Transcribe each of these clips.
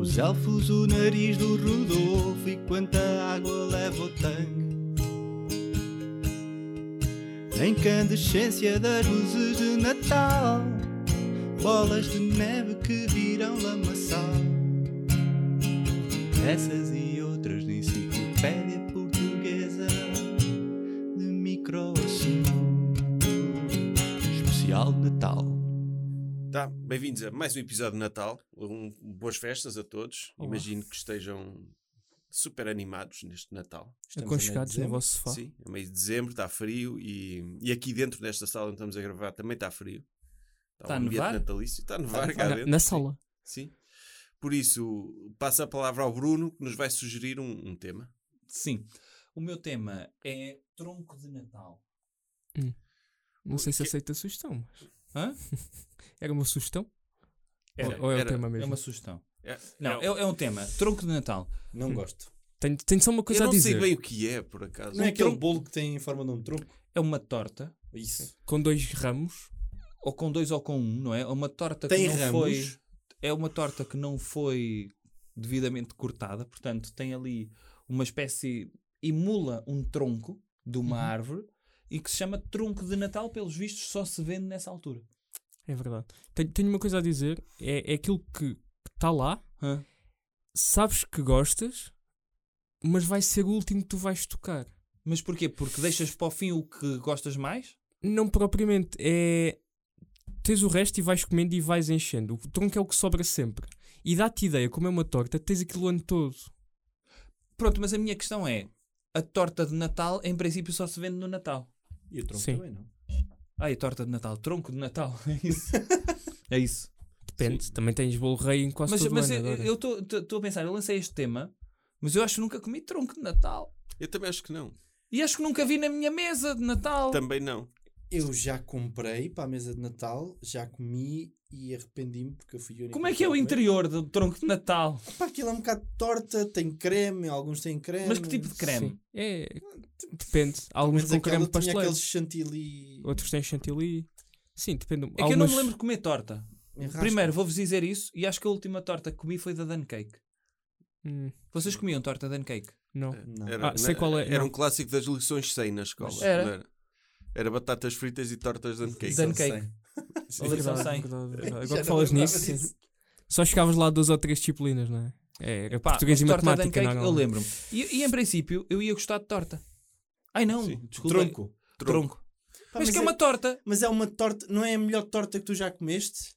Os elfos, o nariz do Rodolfo e quanta água leva o tanque. A incandescência das luzes de Natal, bolas de neve que viram lamaçal. Essas e outras na enciclopédia portuguesa de microassunto. Especial Natal. Tá, bem-vindos a mais um episódio de Natal. Um, boas festas a todos. Olá. Imagino que estejam super animados neste Natal. Estamos aconchegados em em vosso sofá. Sim, é mês de dezembro, está frio e, e aqui dentro desta sala onde estamos a gravar também está frio. Está Tá a um ambiente nevar? natalício. Está a nevar cá Na, dentro. na sala. Sim. Por isso, passo a palavra ao Bruno que nos vai sugerir um, um tema. Sim. O meu tema é tronco de Natal. Não sei se aceita a sugestão. Mas... Hã? Era uma sugestão? Era, ou ou é era. o tema É mesmo? uma sugestão. É- Não, é- é, é um tema. Tronco de Natal. Hum. Não gosto. Tenho, tenho só uma eu coisa não a dizer. sei bem o que é, por acaso. Não é aquele bolo que tem em forma de um tronco? É uma torta. Sim. Com dois ramos. Ou com dois ou com um, não é? É uma torta Tem que não ramos? foi. É uma torta que não foi devidamente cortada. Portanto, tem ali uma espécie. Emula um tronco de Uhum. uma árvore e que se chama tronco de Natal. Pelos vistos, só se vende nessa altura. É verdade. Tenho, tenho uma coisa a dizer. É, é aquilo que está lá. Hã? Sabes que gostas, mas vai ser o último que tu vais tocar. Mas porquê? Porque deixas para o fim o que gostas mais? Não propriamente. É. Tens o resto e vais comendo e vais enchendo. O tronco é o que sobra sempre. E dá-te ideia, como é uma torta, tens aquilo o ano todo. Pronto, mas a minha questão é: a torta de Natal, em princípio, só se vende no Natal. E o tronco Sim. também, não? Ai, a torta de Natal, tronco de Natal. É isso. é isso. Depende, também tens bolo rei em quase Mas, todo mas o ano eu- agora. eu estou a pensar: eu lancei este tema, mas eu acho que nunca comi tronco de Natal. Eu também acho que não. E acho que nunca vi na minha mesa de Natal. Também não. Eu já comprei para a mesa de Natal, já comi e arrependi-me porque eu fui a única Como é que é o pessoa a comer. interior do tronco de Natal? Pá, aquilo é um bocado torta, tem creme, alguns têm creme. Mas que tipo de creme? É, Sim. É, depende. Alguns Mas com creme aquela de tinha pasteleiro, aqueles chantilly. outros têm chantilly. Sim, depende. É que eu não me lembro de comer torta. em raspa. Primeiro, vou-vos dizer isso, e acho que a última torta que comi foi da Dan Cake. Hum, Vocês comiam torta Dan Cake? não. Não. Era, Ah, sei na- qual é, era não. um clássico das lições 100 na escola. Mas- Era. não era? Era batatas fritas e tortas de pancakes. Dan Dan Cake. É Lição verdade, cem. verdade, verdade. Já Agora não que falas lembrava nisso, sim. disso. só chegavas lá a duas ou três disciplinas, não é? É, era Pá, português e mas torta matemática, Dan Cake, não, é? Eu lembro-me. E, e em princípio, eu ia gostar de torta. Ai não, Sim. desculpa. Tronco. Tronco. Pá, mas, mas, que é uma torta. mas é uma torta, não é a melhor torta que tu já comeste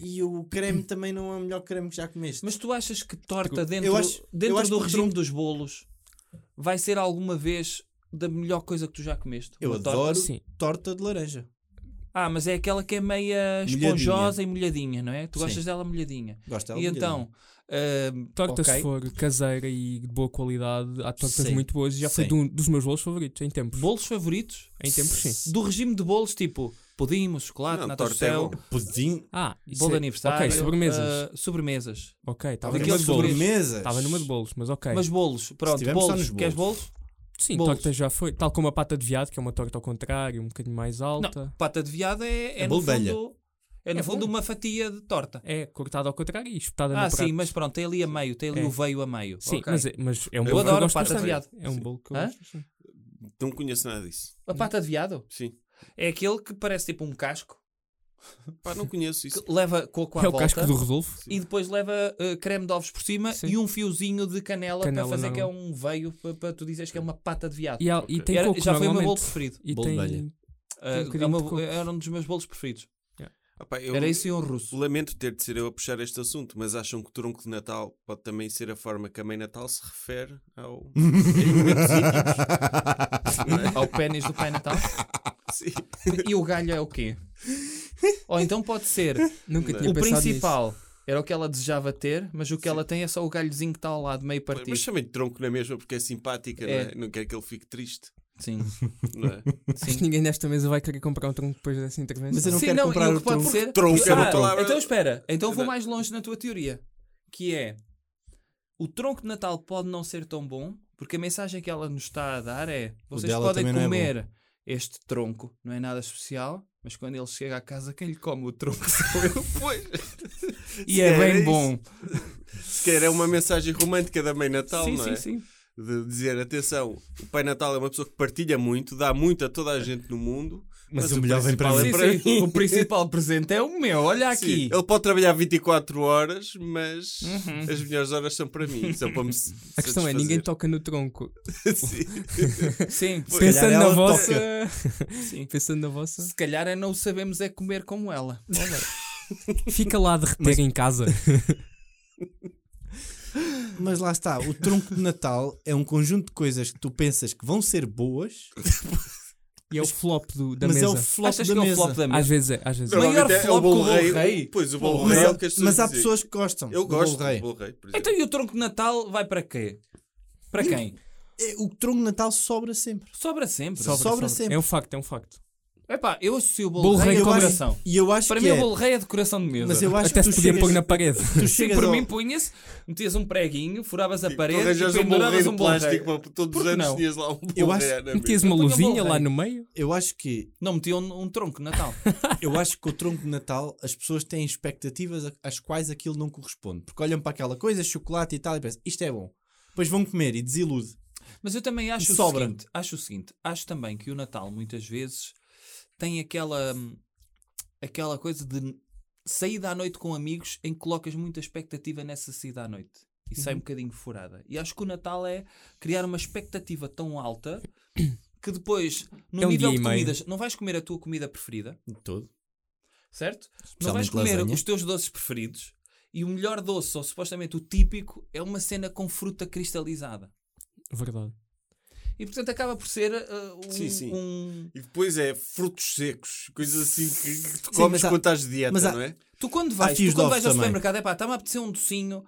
e o creme também não é o melhor creme que já comeste. Mas tu achas que torta Eu dentro, acho- dentro Tipo, eu acho do que o regime tronco- dos bolos vai ser alguma vez da melhor coisa que tu já comeste? eu Uma torta? assim? adoro Sim. torta de laranja. Ah, mas é aquela que é meia Molhadinha. esponjosa e molhadinha, não é? Tu Sim. gostas dela molhadinha. Gosto é dela e de então, ahm, Torta, ok. se for caseira e de boa qualidade, há tortas Sim. muito boas e já foi Sim. de um dos meus bolos favoritos, em tempos. bolos favoritos Em tempos, sim. do regime de bolos tipo pudim, mousse de chocolate, Não, nata de torta é céu, bom. pudim. Ah, isso bolo de é- aniversário, Ok, sobremesas. ah, sobremesas. ok, estava daqueles numa de bolos. sobremesas. sobremesas. Estava numa de bolos, mas ok. Mas bolos, pronto, estivermos só bolos. nos Queres bolos? Sim, Bolos. torta já foi. Tal como a pata de viado, que é uma torta ao contrário, um bocadinho mais alta. Não, pata de viado é, é, É no bolo de alha. fundo, é no É fundo bom. uma fatia de torta. É cortada ao contrário e espetada Ah, no prato. sim, mas pronto, tem ali a meio, tem ali É. o veio a meio. Sim, Ok. mas, é, mas é um Eu bolo que eu adoro gosto pata de bastante. viado. É um bolo que eu Hã? gosto. sim. Não conheço nada disso. A pata de viado Sim. é aquele que parece tipo um casco, Pá, não conheço isso. que leva coco à É o volta casco do Rodolfo. e depois leva uh, creme de ovos por cima Sim. e um fiozinho de canela, Canela, para fazer não. que é um veio para, para tu dizeres que é uma pata de viado. E, há- e Ok. tem Era- coco, já foi o meu normalmente. bolo preferido. E Bolo de tem... velha. Ah, um bocadinho é uma- de coco. era um dos meus bolos preferidos. Ah, pá, eu Era isso e um russo. Lamento ter de ser eu a puxar este assunto, mas acham que o tronco de Natal pode também ser a forma que a mãe Natal se refere ao. é? Ao pênis do Pai Natal. Sim. E o galho é o quê? Ou então pode ser Nunca Não. tinha o pensado principal era o que ela desejava ter, mas o que ela tem é só o galhozinho que está ao lado, meio partido. Mas chama-lhe tronco na mesma porque é simpática, É. Não, é? não quer que ele fique triste. Sim, Não é? nisso. Acho que ninguém nesta mesa vai querer comprar um tronco depois dessa intervenção. Mas eu não Sim, quero não, comprar e o o que pode tronco. ser. Tronco Ah, é uma palavra. Então espera, então vou Não. mais longe na tua teoria, que é o tronco de Natal pode não ser tão bom, porque a mensagem que ela nos está a dar é: vocês dela podem também não é comer este tronco, não é nada especial, mas quando ele chega à casa, quem lhe come o tronco sou eu. Pois. E é Era bem isso. bom. Se quer é uma mensagem romântica da Mãe Natal, sim, não sim, é? sim. De dizer, atenção, o Pai Natal é uma pessoa que partilha muito, dá muito a toda a gente no mundo. Mas o melhor vem para principal mim. é Sim, sim. O principal presente é o meu, olha Sim, aqui. ele pode trabalhar 24 horas, mas as melhores horas são para mim, são para me s- A questão é, satisfazer. ninguém toca no tronco. Sim. Sim, se calhar Pensando na ela vossa. Sim. Pensando na vossa. Se calhar é não sabemos é comer como ela. Fica lá a derreter em casa. Mas lá está, o tronco de Natal é um conjunto de coisas que tu pensas que vão ser boas, E é o flop do- da mas mesa. é o flop Achas da que é o mesa. flop da Às mesa? vezes é, às vezes é. Não. Normalmente Maior é o flop bolo que o bolo rei. rei. Pois, o bolo Mas, rei é há- o que as pessoas mas há dizem. pessoas que gostam. Eu do bolo gosto do rei. bolo rei, por exemplo. Então e o tronco de Natal vai para quê? Para quem? É, O tronco de Natal sobra sempre. Sobra sempre. Sobra, sempre. É um facto, é um facto. Epá, eu associo o bolo Bolo rei rei a como- decoração. E eu acho é Para que mim é. o bolo rei é decoração de mesa. Mas eu acho Até que tipo se tu podia chegas, pôr na parede. tu Sim, chegas por ao- mim punha-se, metias um preguinho, furavas a Tu parede e arranjas um bolo rei penduravas de um bolo rei. plástico para todos Por os que anos não? tinhas lá um Eu bolo acho rei à na Metias mesa. uma Eu ponho é. o luzinha bolo lá rei. no meio. Eu acho que Não metiam um, um tronco de Natal. eu acho que o tronco de Natal as pessoas têm expectativas a- às quais aquilo não corresponde, porque olham para aquela coisa, chocolate e tal e pensam, isto é bom. Depois vão comer e desilude. Mas eu também acho Sobra. o seguinte, acho o seguinte, acho também que o Natal muitas vezes tem aquela hum, aquela coisa de saída à noite com amigos em que colocas muita expectativa nessa saída à noite e sai Uhum. um bocadinho furada. E acho que o Natal é criar uma expectativa tão alta que depois no É um nível dia de e meio. comidas, não vais comer a tua comida preferida, De todo. certo? Não vais Especialmente comer lasanha. os teus doces preferidos. E o melhor doce, ou supostamente o típico, é uma cena com fruta cristalizada. Verdade. E portanto acaba por ser uh, um, Sim, sim. um- E depois é frutos secos, coisas assim que, que tu Sim, comes mas há- quando estás de dieta, mas há- não é? Tu quando vais, tu fios de quando ovos vais ao também. supermercado, é pá, está-me a apetecer um docinho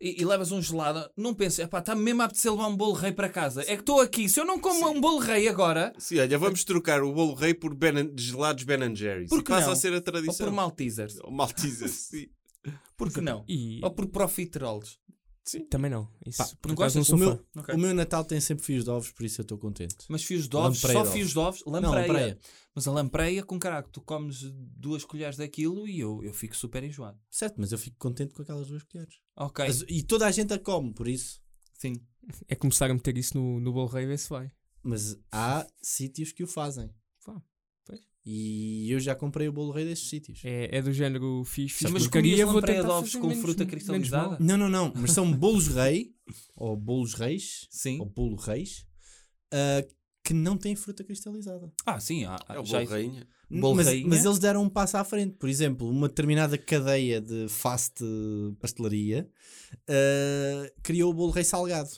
e, e levas um gelado, não penses, é pá, está-me mesmo a apetecer levar um bolo rei para casa. É que estou aqui, se eu não como um bolo rei agora, Sim, olha, vamos trocar o bolo rei por Ben- gelados Ben Jerry's. Por E que passa não? a ser a ou é um tradição. por Maltesers, Ou Maltesers, sim. por que não? E Ou por profiteroles. também não. Isso, Pá, por Oh, não acaso, não gostas? sou O fã. meu, o meu Natal tem sempre fios de ovos, por isso eu estou contente. Mas fios de ovos, Lampreia só de ovos. fios de ovos, Não, lampreia. praia. Mas a lampreia, com caraca, tu comes duas colheres daquilo e eu, eu fico super enjoado. Certo, mas eu fico contente com aquelas duas colheres. Ok, Mas- e toda a gente a come, por isso. sim. É começar a meter isso no, no bolo rei e ver se vai. Mas há sítios que o fazem. Vá, pois. E eu já comprei o bolo rei desses sítios. É, é do género fiz, fiz Mas porcaria, comias vou lampreia tentar de ovos fazer com menos- fruta menos cristalizada? mal. Não, não, não. Mas são bolos rei, ou bolos reis, Sim. ou bolo reis, ah, que não têm fruta cristalizada. Ah, sim, há, há- É o já bolo rainha. Bolo mas, rainha? mas eles deram um passo à frente. Por exemplo, uma determinada cadeia de fast pastelaria ah, criou o bolo rei salgado.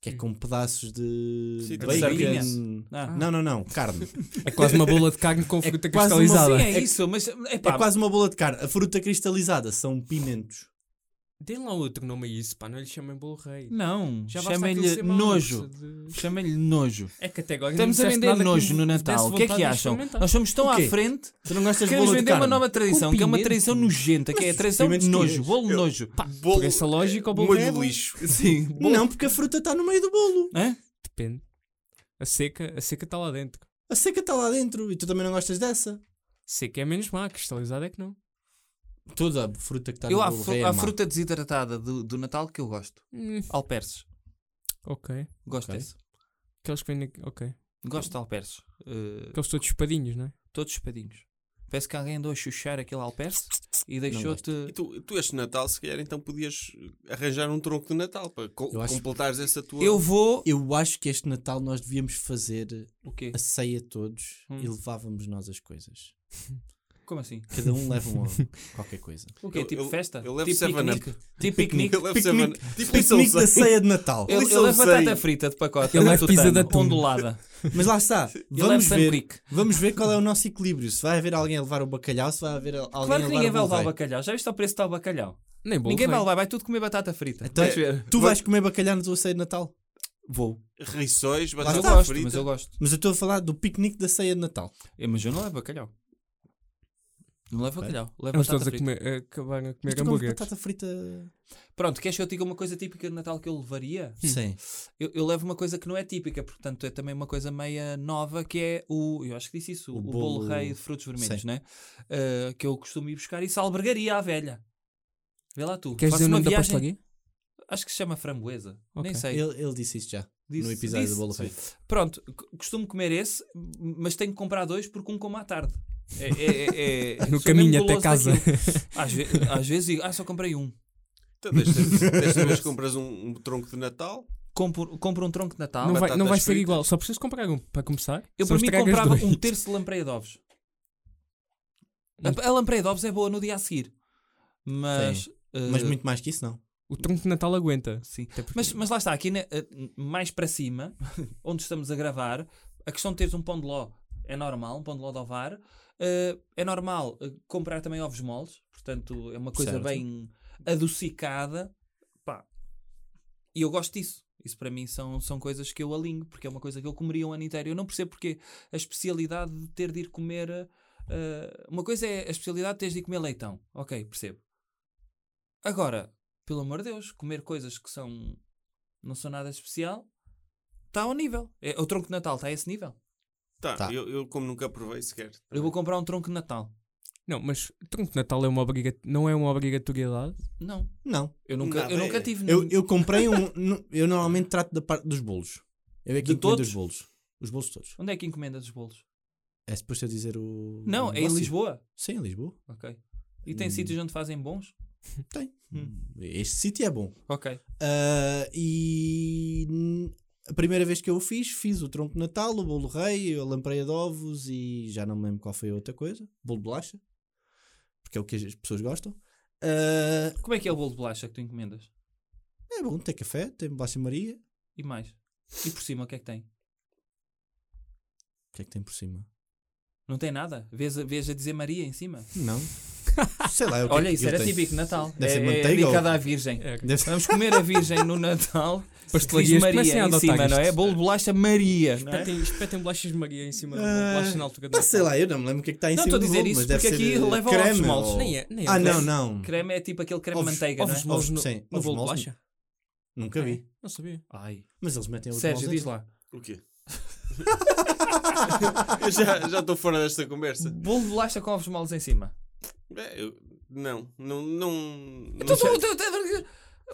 Que é com pedaços de Sim, de sardinha. bacon. Hum. Ah. Não, não, não, carne. É quase uma bola de carne com fruta quase uma- cristalizada. Sim, é, isso, mas É epá, quase uma bola de carne. A fruta cristalizada são pimentos. Dêem lá outro nome a isso, pá, não lhe chamem bolo rei. Não, basta aquilo chamem-lhe ser mau, nojo. de- Chamem-lhe nojo. É que até agora não Estamos a disseste vender nada que nojo me no desse Natal. O que é vontade que de acham? experimentar. Nós somos tão O à quê? frente Tu não gostas de queremos bolo de vender carne? uma nova tradição, que é uma pimento. tradição nojenta, que é a tradição de pimentos nojo, tiras. bolo de nojo. Bolo, Por essa lógica, o bolo molho rei é de bom. lixo. Sim. Não, porque a fruta está no meio do bolo. Hã? Depende. A seca a seca está lá dentro. A seca está lá dentro e tu também não gostas dessa. Seca é menos má, cristalizada é que não. Toda a fruta que está Eu no há, bolo fru- rei é há má. fruta desidratada do, do Natal que eu gosto. Hum, Alperces. ok. Gosto Ok. desse. Aqueles que vêm. na- Ok. Gosto de alperces. Eh, Aqueles todos chupadinhos, não é? todos espadinhos. Parece que alguém andou a chuchar aquele alperce e E deixou-te... tu, tu este Natal, se calhar, então podias arranjar um tronco de Natal para co- Eu acho- completares essa tua. Eu vou... Eu acho que este Natal nós devíamos fazer O quê? a ceia todos Hum. e levávamos nós as coisas. Como assim? Cada um leva um qualquer coisa. O quê? Eu- Tipo eu- festa? eu levo tipo 7-Up. piquenique? Tipo piquenique? Eu levo savana- Tipo Piquenique lição da sem. ceia de Natal. Ele, ele Lição leva batata sem. frita de pacote. Ele leva pizza de atum. ondulada. Mas lá está. Ele é leva Vamos ver, sanduíque. vamos ver qual é o nosso equilíbrio. Se vai haver alguém a levar o bacalhau, se vai haver alguém Claro que a levar ninguém o vai bolo levar o rei. bacalhau. Já viste o preço que está o bacalhau? Nem é? bolo ninguém rei. vai levar, vai tudo comer batata frita. Então, Vais ver. Tu vais comer bacalhau na tua ceia de Natal. Vou. Rissóis, Mas eu está. batata gosto, frita. mas eu gosto. Mas eu estou a falar do piquenique da ceia de Natal. É, mas eu não levo bacalhau. Não levo bacalhau. Levo Vamos todos batata a frita. comer, a acabar a comer Mas tu comes hambúrguer. batata frita. Pronto, queres que eu te diga uma coisa típica de Natal que eu levaria? Sim. Eu, eu levo uma coisa que não é típica, portanto é também uma coisa meia nova, que é o. Eu acho que disse isso, o, O bolo, bolo- rei de frutos vermelhos, Sim. né? Ah, que eu costumo ir buscar isso à albergaria à velha. Vê lá tu. Queres Faço dizer o uma nome da viagem. pastelaria? Acho que se chama framboesa. Ok. Nem sei. Ele, ele disse isto já no Disse- episódio disse, do Bolo sim. Rei. Pronto, c- costumo comer esse, mas tenho que comprar dois porque um como à tarde. É- é- é- é- No sou caminho mesmo até guloso casa. daquilo. Às, ve- às vezes digo, ah, só comprei um. Então, desta, desta vez compras um, um tronco de Natal. Compro, compro um tronco de Natal. não vai, não batatas vai ser fritas. igual. Só preciso comprar um para começar. eu Só para mim estragas comprava dois. um terço de lampreia de ovos. A, a lampreia de ovos é boa no dia a seguir. Mas. eh, Mas muito mais que isso, não. O tronco de Natal aguenta. Sim. Até porque- Mas, mas lá está, aqui né, eh, mais para cima, onde estamos a gravar, a questão de teres um pão de ló é normal, um pão de ló de ovar. Eh, é normal eh, comprar também ovos moles, portanto é uma coisa Certo. bem adocicada. Pá. E eu gosto disso. Isso para mim são, são coisas que eu alinho, porque é uma coisa que eu comeria um ano inteiro. Eu não percebo porque a especialidade de ter de ir comer. eh, uma coisa é a especialidade de teres de ir comer leitão. Ok, percebo. Agora, pelo amor de Deus, comer coisas que são não são nada especial está ao nível. É, o tronco de Natal está a esse nível. Tá, Tá. Eu, eu como nunca provei sequer. Eu vou comprar um tronco de Natal. Não, mas tronco de Natal é uma obriga... não é uma obrigatoriedade. Não, Não. eu nunca, Nada eu nunca é. tive Eu, nenhum. eu comprei um. nu- eu normalmente trato da parte dos bolos. Eu é que De encomendo todos? os bolos. Os bolos todos. Onde é que encomendas os bolos? É suposto eu dizer o. Não, o é em negócio? Lisboa. Sim, em Lisboa. Ok. E Hum. tem sítios onde fazem bons? Tem. Este sítio é bom. Ok. Ah, e hum, a primeira vez que eu o fiz, fiz o tronco de Natal, o bolo rei, a lampreia de ovos e já não me lembro qual foi a outra coisa. Bolo de bolacha, porque é o que as pessoas gostam. Ah, Como é que é o bolo de bolacha que tu encomendas? é bom, tem café, tem bolacha Maria. O E mais? E por cima, o que é que tem? que é que tem por cima? Não tem nada? Vês a, vês a dizer Maria em cima? Não. Sei lá. é o que Olha, é que isso eu era tenho. típico de Natal. Deve é, ser é manteiga ou- É. dedicado à Virgem. Deve ser- Vamos comer a Virgem no Natal. Diz Pastelarias comecem a Maria em adotar cima, isto. não é? Bolo de bolacha Maria, não é? Espetem, espetem bolachas de Maria em cima do Ah, bolacha na altura do Pá, sei Natal. lá, eu não me lembro o que é que está em Não, estou cima. a do dizer bolo, isso mas deve porque aqui ser, eh, leva creme ovos moles. ou- Nem é, nem é. Ah, creme. não, não. Creme é tipo aquele creme de Ovos- manteiga, Ovos não é? moles no, Sim, no ovos bolo de moles. bolacha? Nunca vi. Não sabia. Ai. Mas eles metem os Sérgio, moles é diz dentro. lá. O quê? eu já já estou fora desta conversa. Bolo de bolacha com ovos moles em cima. É, eu- não, não, não. não Tu- sei. tu- tu- tu-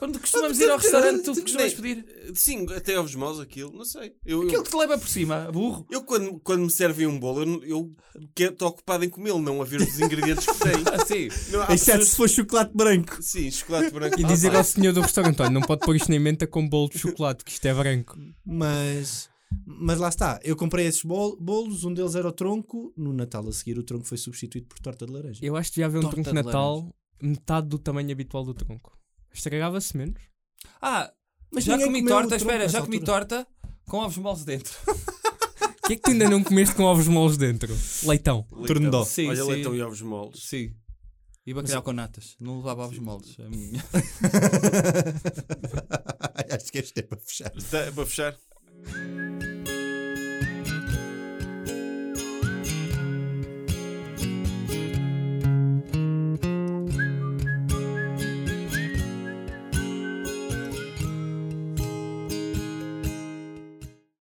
Onde costumamos ir ao restaurante, tu costumas Nem- pedir. Eh, Sim, até ovos maus aquilo, não sei. Eu, eu- Aquilo que te leva por cima, burro. eu quando, quando me servem um bolo, eu não- eu estou ocupado em comê-lo, não a ver os ingredientes que tem. Ah, sim. Não, há Exceto pessoas- se for chocolate branco. Sim, chocolate branco. E Ah, dizer pá. ao senhor do restaurante: olha, não pode pôr isto na menta com bolo de chocolate, que isto é branco. Mas, mas lá está. Eu comprei esses bol- bolos, um deles era o tronco. No Natal a seguir, o tronco foi substituído por torta de laranja. Eu acho que já havia um Torta tronco de de Natal metade do tamanho habitual do tronco. Estragava-se menos. Ah, Mas já ninguém comi comeu o torta, tronco espera, nessa já comi altura. torta com ovos moles dentro. O que é que tu ainda não comeste com ovos moles dentro? Leitão. Leitão. Turno de off. Sim, Olha, sim. leitão e ovos moles. Sim. E bacalhau com natas. Não levava ovos moles. a minha. Acho que este é para fechar. Está para Tá, fechar?